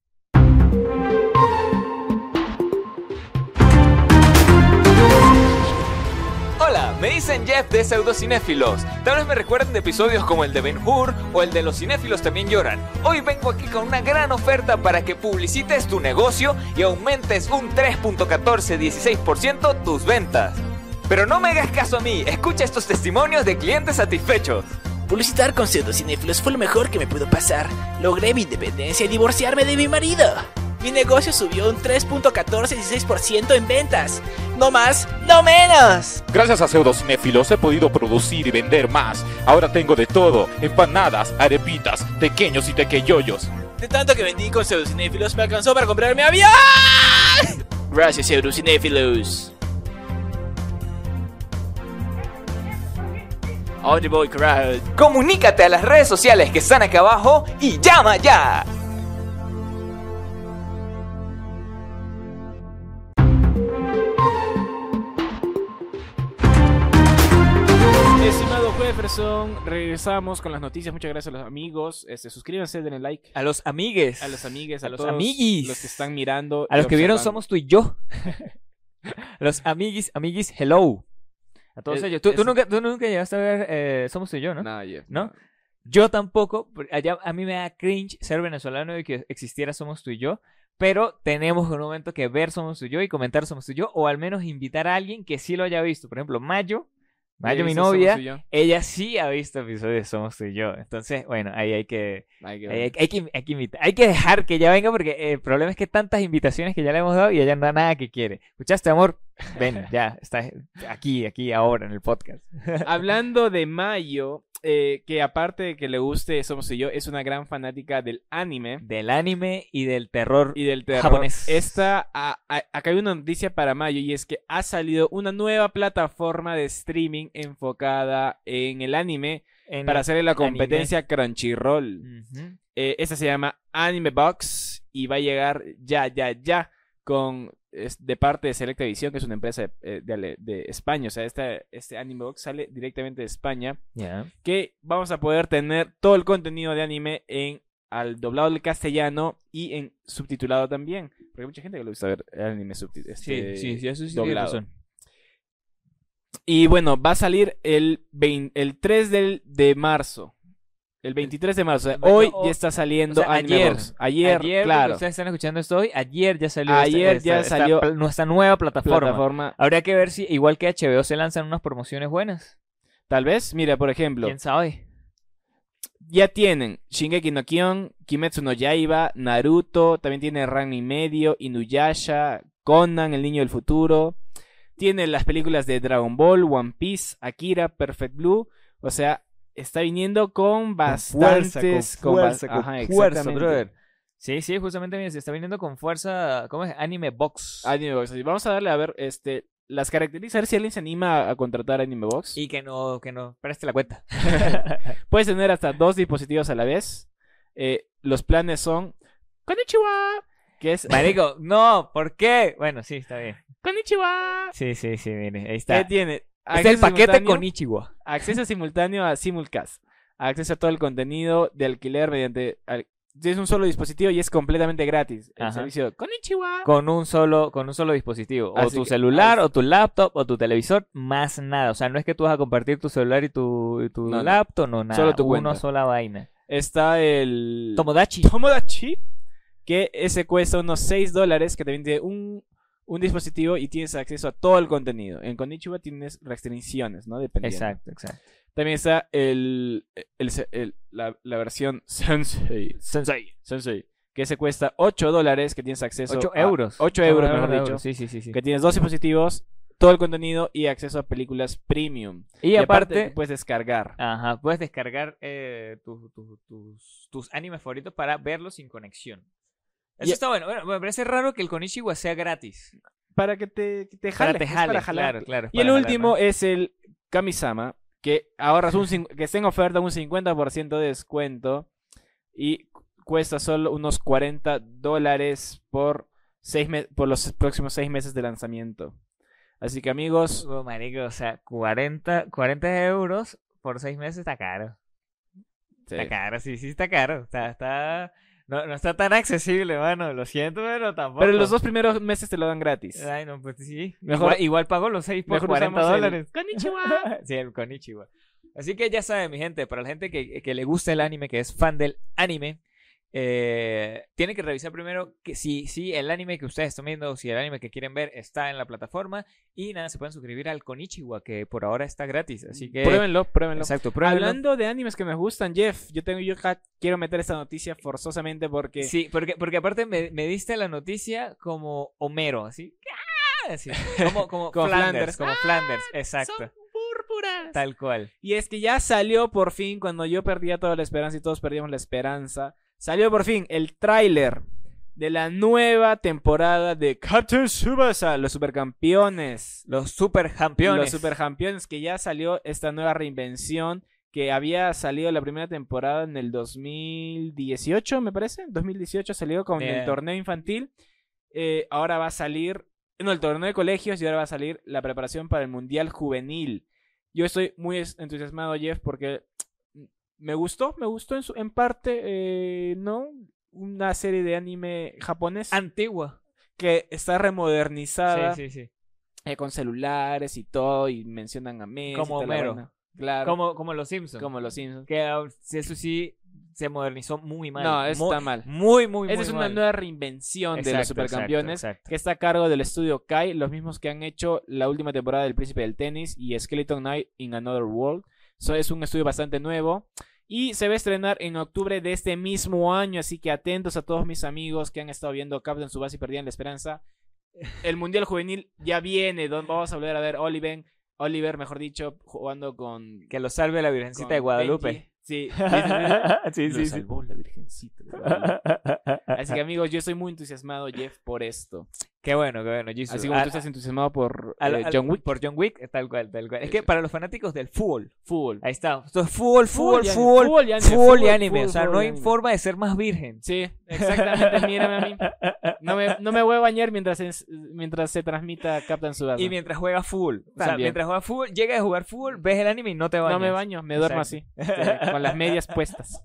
S1: Hola, Me dicen Jeff de Pseudocinéfilos. Tal vez me recuerden de episodios como el de Ben Hur o el de Los Cinéfilos también lloran. Hoy vengo aquí con una gran oferta para que publicites tu negocio y aumentes un 3.1416% tus ventas. Pero no me hagas caso a mí, escucha estos testimonios de clientes satisfechos.
S3: Publicitar con pseudocinéfilos fue lo mejor que me pudo pasar. Logré mi independencia y divorciarme de mi marido. Mi negocio subió un 3.1416% en ventas. No más, no menos.
S4: Gracias a pseudocinéfilos he podido producir y vender más. Ahora tengo de todo: empanadas, arepitas, pequeños y tequeyoyos.
S3: De tanto que vendí con pseudocinéfilos me alcanzó para comprarme avión. Gracias, pseudocinéfilos. Ahora voy, crowd.
S1: Comunícate a las redes sociales que están acá abajo y llama ya.
S2: Estimado Jefferson, regresamos con las noticias. Muchas gracias a los amigos. Este, suscríbanse, denle like.
S1: A los amigues.
S2: A los amigues, a,
S1: A
S2: los
S1: los amiguis.
S2: Los que están mirando.
S1: A
S2: y
S1: los que vieron
S2: observando.
S1: somos tú y yo. A los amiguis, amiguis, hello. A todos
S2: Eh,
S1: ellos. Tú, tú
S2: eso.
S1: nunca, tú nunca llegaste a ver eh, Somos tú y yo, ¿no?
S2: Nada, Jeff,
S1: ¿No?
S2: nada.
S1: Yo tampoco. por- Allá, a mí me da cringe ser venezolano y que existiera Somos tú y yo. Pero tenemos en un momento que ver Somos tú y yo y comentar Somos tú y yo. O al menos invitar a alguien que sí lo haya visto. Por ejemplo, Mayo. Mayo,
S2: Ese
S1: mi
S2: somos
S1: novia.
S2: tú y yo.
S1: Ella sí ha visto episodios de Somos tú y yo. Entonces, bueno, ahí hay que,
S2: Ay,
S1: hay,
S2: qué bueno.
S1: hay- hay que, invi- hay que invitar- hay que dejar que ella venga porque eh, el problema es que tantas invitaciones que ya le hemos dado y ella no da nada que quiere. ¿Escuchaste, amor? Ven, ya, estás aquí, aquí, ahora en el podcast.
S2: Hablando de Mayo, eh, que aparte de que le guste Somos tú y yo, es una gran fanática del anime
S1: Del anime y del terror.
S2: y del terror.
S1: Japonés.
S2: Esta, a- a- acá hay una noticia para Mayo y es que ha salido una nueva plataforma de streaming enfocada en el anime
S1: en-
S2: para hacerle la
S1: anime.
S2: competencia a Crunchyroll.
S1: Ujú.
S2: Eh, esta se llama Anime Box y va a llegar ya, ya, ya con es de parte de Selecta Visión, que es una empresa de, eh, de Ale- de España. O sea, esta- este Anime Box sale directamente de España.
S1: Ya.
S2: Que vamos a poder tener todo el contenido de anime en al doblado del castellano y en subtitulado también. Porque hay mucha gente que le gusta ver anime este, subtitulado.
S1: este,
S2: Y bueno, va a salir el, vein- el 3 del, de marzo. El 23 de marzo. o sea,
S1: Bueno,
S2: hoy
S1: o-
S2: ya está saliendo
S1: o sea,
S2: Anime
S1: ayer.
S2: Box. Ayer,
S1: Ayer, claro.
S2: claro.
S1: ustedes están escuchando esto hoy, ayer ya salió, esta-
S2: Ayer
S1: esta-
S2: ya
S1: esta
S2: salió-
S1: pl- nuestra nueva plataforma.
S2: Plataforma.
S1: Habría que ver si, igual que HBO, se lanzan unas promociones buenas.
S2: Tal vez, mira, por ejemplo,
S1: ¿Quién sabe?
S2: ya tienen Shingeki no Kion, Kimetsu no Yaiba, Naruto, también tiene Ranma y medio, Inuyasha, Conan, El Niño del Futuro. Tiene las películas de Dragon Ball, One Piece, Akira, Perfect Blue. O sea, está viniendo con bastantes...
S1: con
S2: ba-
S1: fuerza, con
S2: Ajá,
S1: fuerza,
S2: exactamente.
S1: brother. Sí, sí, justamente mira, se está viniendo con fuerza, ¿cómo es? Anime Box.
S2: Anime Box. Así, Vamos a darle a ver este, las características, a ver si alguien se anima a contratar a Anime Box.
S1: Y que no, que no, preste la cuenta.
S2: Puedes tener hasta dos dispositivos a la vez. Eh, los planes son. ¡Konnichiwa! Que es.
S1: Marico, no, ¿por qué? Bueno, sí, está bien.
S2: ¡Konnichiwa!
S1: Sí, sí, sí, mire, ahí
S2: ¿Qué
S1: está.
S2: tiene?
S1: Este es el paquete
S2: simultáneo-
S1: con Ichiwa.
S2: Acceso simultáneo a Simulcast. Acceso a todo el contenido de alquiler mediante. al- Tienes un solo dispositivo y es completamente gratis. El
S1: Ajá.
S2: servicio ¡Konnichiwa!
S1: Con un solo, con un solo dispositivo. O
S2: Así
S1: tu
S2: que-
S1: celular,
S2: ahí-
S1: o tu laptop, o tu televisor, más nada. O sea, no es que tú vas a compartir tu celular y tu, y tu
S2: No, no.
S1: laptop, no, nada.
S2: Solo tu cuenta.
S1: Una sola vaina.
S2: Está el.
S1: Tomodachi.
S2: Tomodachi, que ese cuesta unos 6 dólares, que también tiene un, un dispositivo y tienes acceso a todo el contenido. En Konichiwa tienes restricciones, ¿no? Dependiendo.
S1: Exacto, exacto.
S2: También está el, el- el- la, la versión Sensei,
S1: Sensei.
S2: Sensei, que ese cuesta 8 dólares, que tienes acceso
S1: 8
S2: a-
S1: euros.
S2: 8 ah, euros,
S1: Ocho
S2: mejor dicho.
S1: euros, Sí, sí, sí. sí.
S2: Que tienes dos dispositivos, todo el contenido y acceso a películas premium.
S1: Y aparte, pues,
S2: puedes descargar.
S1: Ajá, puedes descargar eh, tus, tus- tus- tus animes favoritos para verlos sin conexión. Eso
S2: Y-
S1: está bueno. Bueno, me parece raro que el Konishiwa sea gratis.
S2: Para que te, que te
S1: para
S2: jales, que
S1: te
S2: es
S1: jales,
S2: para jalar.
S1: claro, claro.
S2: Y
S1: para
S2: el
S1: jalar,
S2: último
S1: ¿no?
S2: es el Kamisama, que ahorras un cin- que está en oferta un 50% de descuento y cu- cuesta solo unos 40 dólares por, seis me- por los próximos 6 meses de lanzamiento. Así que amigos,
S1: Oh, marico, o sea, 40, 40 euros por 6 meses está caro.
S2: sí,
S1: Está caro, sí, sí, está caro. Está, está, No, no está tan accesible, mano. Lo siento, pero tampoco.
S2: Pero los dos primeros meses te lo dan gratis.
S1: Ay, no, pues sí.
S2: Mejor-
S1: igual, igual pago los 6 por
S2: mejor
S1: 40
S2: usamos el-
S1: dólares. sí, el Konichiwa. Así que ya saben, mi gente, para la gente que, que le gusta el anime, que es fan del anime, eh, tienen que revisar primero que si, si el anime que ustedes están viendo, si el anime que quieren ver está en la plataforma. Y nada, se pueden suscribir al Konichiwa, que por ahora está gratis. Así que.
S2: Pruébenlo, pruébenlo.
S1: Exacto, pruébenlo.
S2: Hablando de animes que me gustan, Jeff, yo tengo yo acá quiero meter esta noticia forzosamente porque
S1: Sí, porque, porque aparte me, me diste la noticia como Homero, así. ¡Ah! así, Como, como,
S2: Como
S1: Flanders,
S2: Flanders. ¡Ah!
S1: como Flanders, exacto.
S2: son púrpuras.
S1: Tal cual.
S2: Y es que ya salió por fin, cuando yo perdía toda la esperanza y todos perdíamos la esperanza, salió por fin el tráiler de la nueva temporada de Captain Subasa, los supercampeones.
S1: Los super campeones.
S2: Los supercampeones, que ya salió esta nueva reinvención que había salido la primera temporada en el 2018, me parece. 2018 salió con
S1: Bien.
S2: el torneo infantil. Eh, ahora va a salir, no, el torneo de colegios y ahora va a salir la preparación para el Mundial Juvenil. Yo estoy muy es- entusiasmado, Jeff, porque me gustó, me gustó en, su- en parte, eh, ¿no? Una serie de anime japonés
S1: Antigua.
S2: que está remodernizada
S1: Sí, sí, sí.
S2: eh, con celulares y todo, y mencionan a Messi. y
S1: Como
S2: toda la
S1: Homero.
S2: vaina. Claro, como,
S1: Como, como los Simpsons.
S2: los Simpsons.
S1: Que ah, eso sí se modernizó muy mal.
S2: No, eso
S1: muy,
S2: está mal.
S1: Muy, muy,
S2: Esa
S1: muy
S2: es una
S1: mal.
S2: nueva reinvención de los
S1: Exacto,
S2: supercampeones
S1: exacto,
S2: que está a cargo del estudio Kai, los mismos que han hecho la última temporada del Príncipe del Tenis y Skeleton Knight in Another World. So, es un estudio bastante nuevo y se va a estrenar en octubre de este mismo año, así que atentos a todos mis amigos que han estado viendo Captain Subasa y perdían la esperanza. El Mundial Juvenil ya viene, don- vamos a volver a ver Oliver, Oliver, mejor dicho, jugando con...
S1: exacto. Que lo salve la Virgencita de
S2: con
S1: Guadalupe.
S2: Benji. Sí,
S1: sí,
S2: Lo
S1: sí, sí.
S2: salvó la Virgencita de Guadalupe. Así que amigos, yo estoy muy entusiasmado, Jeff, por esto.
S1: Qué bueno, qué bueno, Jesus.
S2: Así como
S1: Ah,
S2: tú estás entusiasmado por
S1: al-
S2: eh,
S1: al-
S2: John Wick,
S1: Por John Wick, tal cual, tal cual. Es que para los fanáticos del fútbol,
S2: fútbol.
S1: Ahí está. Esto es fútbol, fútbol,
S2: y anime,
S1: fútbol, fútbol,
S2: y anime,
S1: y anime.
S2: fútbol,
S1: o sea,
S2: fútbol
S1: no
S2: y
S1: hay
S2: anime.
S1: forma de ser más virgen.
S2: Sí, exactamente, mírame a mí. No me, no me voy a bañar mientras, es- mientras se transmita Captain Subasa.
S1: Y mientras juega fútbol. O sea,
S2: También.
S1: mientras juega fútbol, llega a jugar fútbol, ves el anime y no te bañas.
S2: No me baño, me duermo así, sí, con las medias puestas.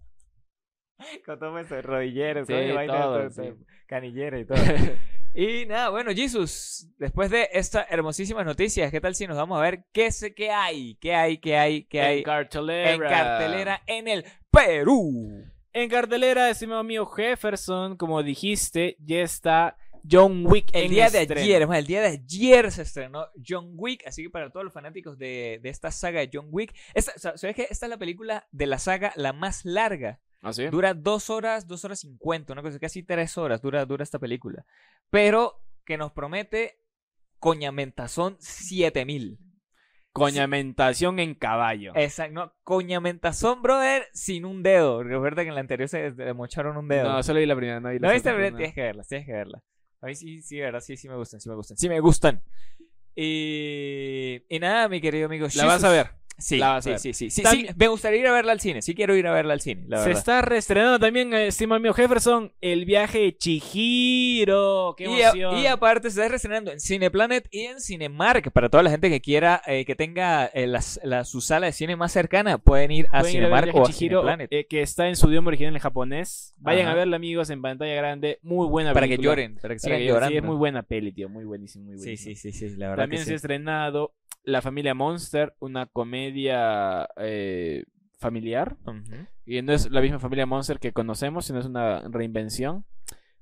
S1: Con todo eso, rodilleros,
S2: Sí,
S1: coño, vaina de
S2: todo,
S1: todo,
S2: sí.
S1: todo, canillera y todo. y nada, bueno, Jesus, después de estas hermosísimas noticias, ¿qué tal si nos vamos a ver qué, se, qué hay? ¿Qué hay? ¿Qué hay? ¿Qué hay?
S2: En cartelera.
S1: En cartelera en el Perú.
S2: En cartelera, estimado mío Jefferson, como dijiste, ya está John Wick
S1: El
S2: en
S1: día de
S2: estreno.
S1: ayer, es más, el día de ayer se estrenó John Wick, así que para todos los fanáticos de, de esta saga de John Wick, esta, o sea, ¿sabes qué? Esta es la película de la saga la más larga.
S2: ¿Ah, sí?
S1: Dura dos horas, dos horas cincuenta, una cosa casi tres horas dura, dura esta película. Pero que nos promete coñamentazón 7000.
S2: Coñamentación en caballo.
S1: Exacto, no, coñamentazón, brother, sin un dedo. Recuerda que en la anterior se le mocharon un dedo.
S2: No, solo vi la primera, no vi la
S1: ¿No viste?
S2: segunda.
S1: Pero Tienes que verla, tienes que verla. A mí sí, sí, de verdad, sí, sí me gustan, sí me gustan, sí me gustan. Y, y nada, mi querido amigo.
S2: La vas a ver.
S1: Sí,
S2: la vas a
S1: sí,
S2: ver.
S1: sí, sí, sí,
S2: También-
S1: sí, Me gustaría ir a verla al cine, sí quiero ir a verla al cine, la
S2: Se
S1: verdad.
S2: está reestrenando también, eh, estimado mío Jefferson, el viaje de Chihiro. ¡Qué
S1: Y, a-
S2: emoción!
S1: y aparte se está reestrenando en Cineplanet y en Cinemark. Para toda la gente que quiera, eh, que tenga eh, las- la- su sala de cine más cercana, pueden ir a
S2: Pueden ir a ver
S1: Cinemark
S2: el
S1: o a
S2: viaje de Chihiro,
S1: Cineplanet.
S2: eh, que está en su idioma original en japonés. Vayan
S1: Ajá.
S2: a verla, amigos, en pantalla grande. Muy buena
S1: para que
S2: película.
S1: lloren, para que
S2: Para
S1: sigan
S2: que lloren.
S1: llorando.
S2: Sí, es muy buena peli, tío. Muy buenísimo, muy
S1: sí,
S2: buenísimo.
S1: sí, sí, sí, la verdad.
S2: También
S1: que
S2: se ha
S1: sí.
S2: estrenado La familia Monster, una comedia eh, familiar.
S1: Ujú.
S2: Y no es la misma familia Monster que conocemos, sino es una reinvención.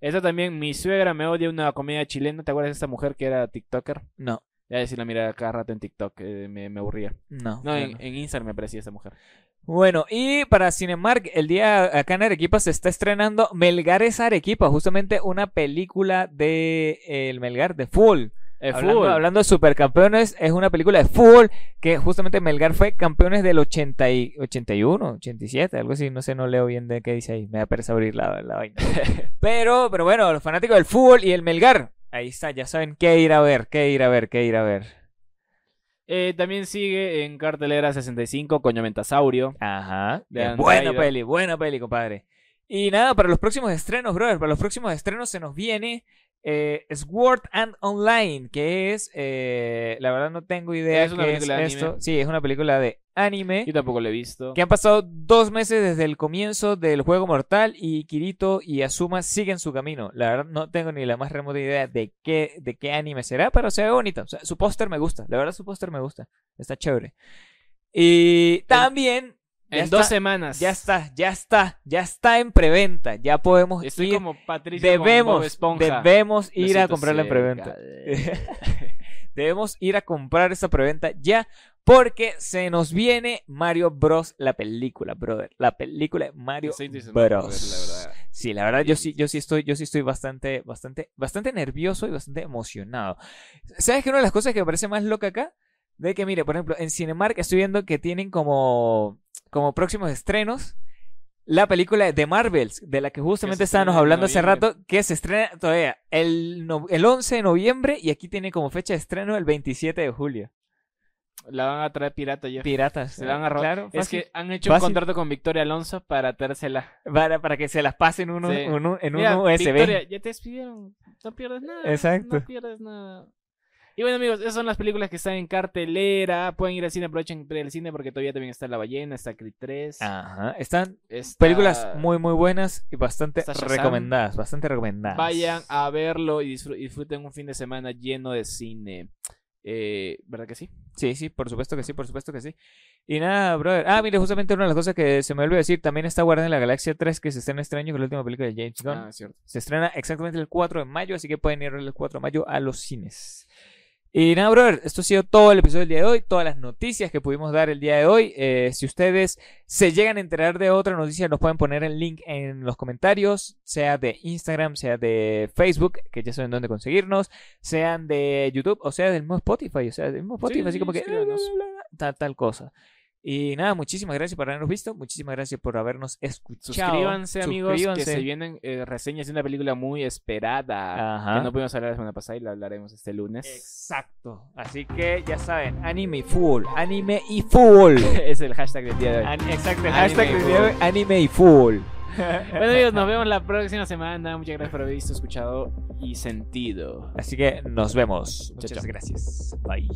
S2: Esta también, Mi suegra me odia, una comedia chilena. ¿Te acuerdas de esta mujer que era TikToker?
S1: No,
S2: Ya decir la mirada cada rato en TikTok, eh, me, me aburría.
S1: no.
S2: No,
S1: bueno.
S2: en, en Instagram me parecía esta mujer.
S1: Bueno, y para Cinemark, el día acá en Arequipa se está estrenando Melgares Arequipa, justamente una película de eh, el Melgar de fútbol.
S2: Eh,
S1: hablando,
S2: fútbol.
S1: hablando de supercampeones, es una película de fútbol que justamente Melgar fue campeones del 80 y, 81, 87, algo así, no sé, no leo bien de qué dice ahí, me da pereza abrir la, la vaina. pero, pero bueno, los fanáticos del fútbol y el Melgar, ahí está, ya saben qué ir a ver, qué ir a ver, qué ir a ver.
S2: Eh, también sigue en cartelera 65, Coño Mentasaurio.
S1: Ajá.
S2: de
S1: Bien,
S2: Andreida.
S1: buena peli, buena peli, compadre. Y nada, para los próximos estrenos, brother, para los próximos estrenos se nos viene eh, Sword and Online, que es, eh, la verdad no tengo idea
S2: Es una
S1: qué
S2: película de
S1: esto.
S2: anime.
S1: Sí, es una película de anime
S2: Yo tampoco lo he visto.
S1: que han pasado dos meses desde el comienzo del juego mortal y Kirito y Asuma siguen su camino. La verdad no tengo ni la más remota idea de qué, de qué anime será, pero se ve bonito. O sea, su póster me gusta, la verdad su póster me gusta, está chévere. Y también... ya
S2: En
S1: está-
S2: dos semanas.
S1: Ya está, ya está, ya está en preventa, ya podemos
S2: Estoy
S1: ir
S2: como Patricio con Bob
S1: debemos,
S2: Esponja.
S1: debemos
S2: Me
S1: ir a
S2: siento
S1: comprarla en
S2: cerca
S1: preventa.
S2: de-
S1: debemos ir a comprar esa preventa ya porque se nos viene Mario Bros. la película, brother. La película de Mario
S2: Estoy entusiasmado por
S1: Bros.
S2: ver, la verdad.
S1: Sí, la verdad, yo sí, yo sí estoy, yo sí estoy bastante, bastante, bastante nervioso y bastante emocionado. ¿Sabes que una de las cosas que me parece más loca acá? De que, mire, por ejemplo, en Cinemark estoy viendo que tienen como, como próximos estrenos la película de Marvels, de la que justamente
S2: se
S1: estábamos
S2: estrena en
S1: hablando hace
S2: noviembre.
S1: rato, que se estrena todavía el, no- el 11 de noviembre y aquí tiene como fecha de estreno el 27 de julio.
S2: La van a traer pirata ya.
S1: Piratas.
S2: Se la van a robar.
S1: Claro,
S2: es
S1: fácil.
S2: que han hecho un
S1: Fácil.
S2: contrato con Victoria Alonso para atársela.
S1: para, para que se las pasen un-
S2: Sí.
S1: un- un- en
S2: Mira,
S1: un USB.
S2: Victoria, ya te despidieron. No pierdes nada.
S1: Exacto.
S2: No pierdes nada. Y bueno, amigos, esas son las películas que están en cartelera. Pueden ir al cine, aprovechen para ir al cine porque todavía también está La Ballena, está Creed 3.
S1: Ajá. Están Ah,
S2: está-
S1: Películas
S2: Ah.
S1: muy, muy buenas y bastante
S2: Está Shazam.
S1: recomendadas. Bastante recomendadas.
S2: Vayan a verlo y disfr- disfruten un fin de semana lleno de cine. Eh, ¿Verdad que sí?
S1: Sí, sí, por supuesto que sí, por supuesto que sí. Y nada, brother. Ah, mire, justamente una de las cosas que se me olvidó decir. También está Guardián de la Galaxia 3, que se estrena este año, que es la última película de James Gunn.
S2: Ah, es cierto.
S1: Se estrena exactamente el 4 de mayo, así que pueden ir el 4 de mayo a los cines. Y nada, brother, esto ha sido todo el episodio del día de hoy, todas las noticias que pudimos dar el día de hoy. Eh, si ustedes se llegan a enterar de otra noticia, nos pueden poner el link en los comentarios, sea de Instagram, sea de Facebook, que ya saben dónde conseguirnos, sean de YouTube o sea del mismo Spotify, o sea del mismo Spotify,
S2: Sí,
S1: así como que eh,
S2: escríbanos.
S1: tal, tal cosa. Y nada, muchísimas gracias por habernos visto, muchísimas gracias por habernos escuchado.
S2: Suscríbanse, amigos, que
S1: Suscríbanse.
S2: se vienen eh, reseñas de una película muy esperada.
S1: Ajá.
S2: Que no pudimos hablar la semana pasada y la hablaremos este lunes.
S1: Exacto. Así que ya saben, anime y fútbol. Anime y fútbol.
S2: es el hashtag del día de hoy.
S1: An- Exacto, el
S2: Anime
S1: hashtag
S2: y
S1: del
S2: fútbol.
S1: día de hoy, anime y fútbol.
S2: Bueno amigos, nos vemos la próxima semana. Muchas gracias por haber visto, escuchado y sentido.
S1: Así que nos vemos.
S2: Muchas
S1: Muchas gracias. Bye.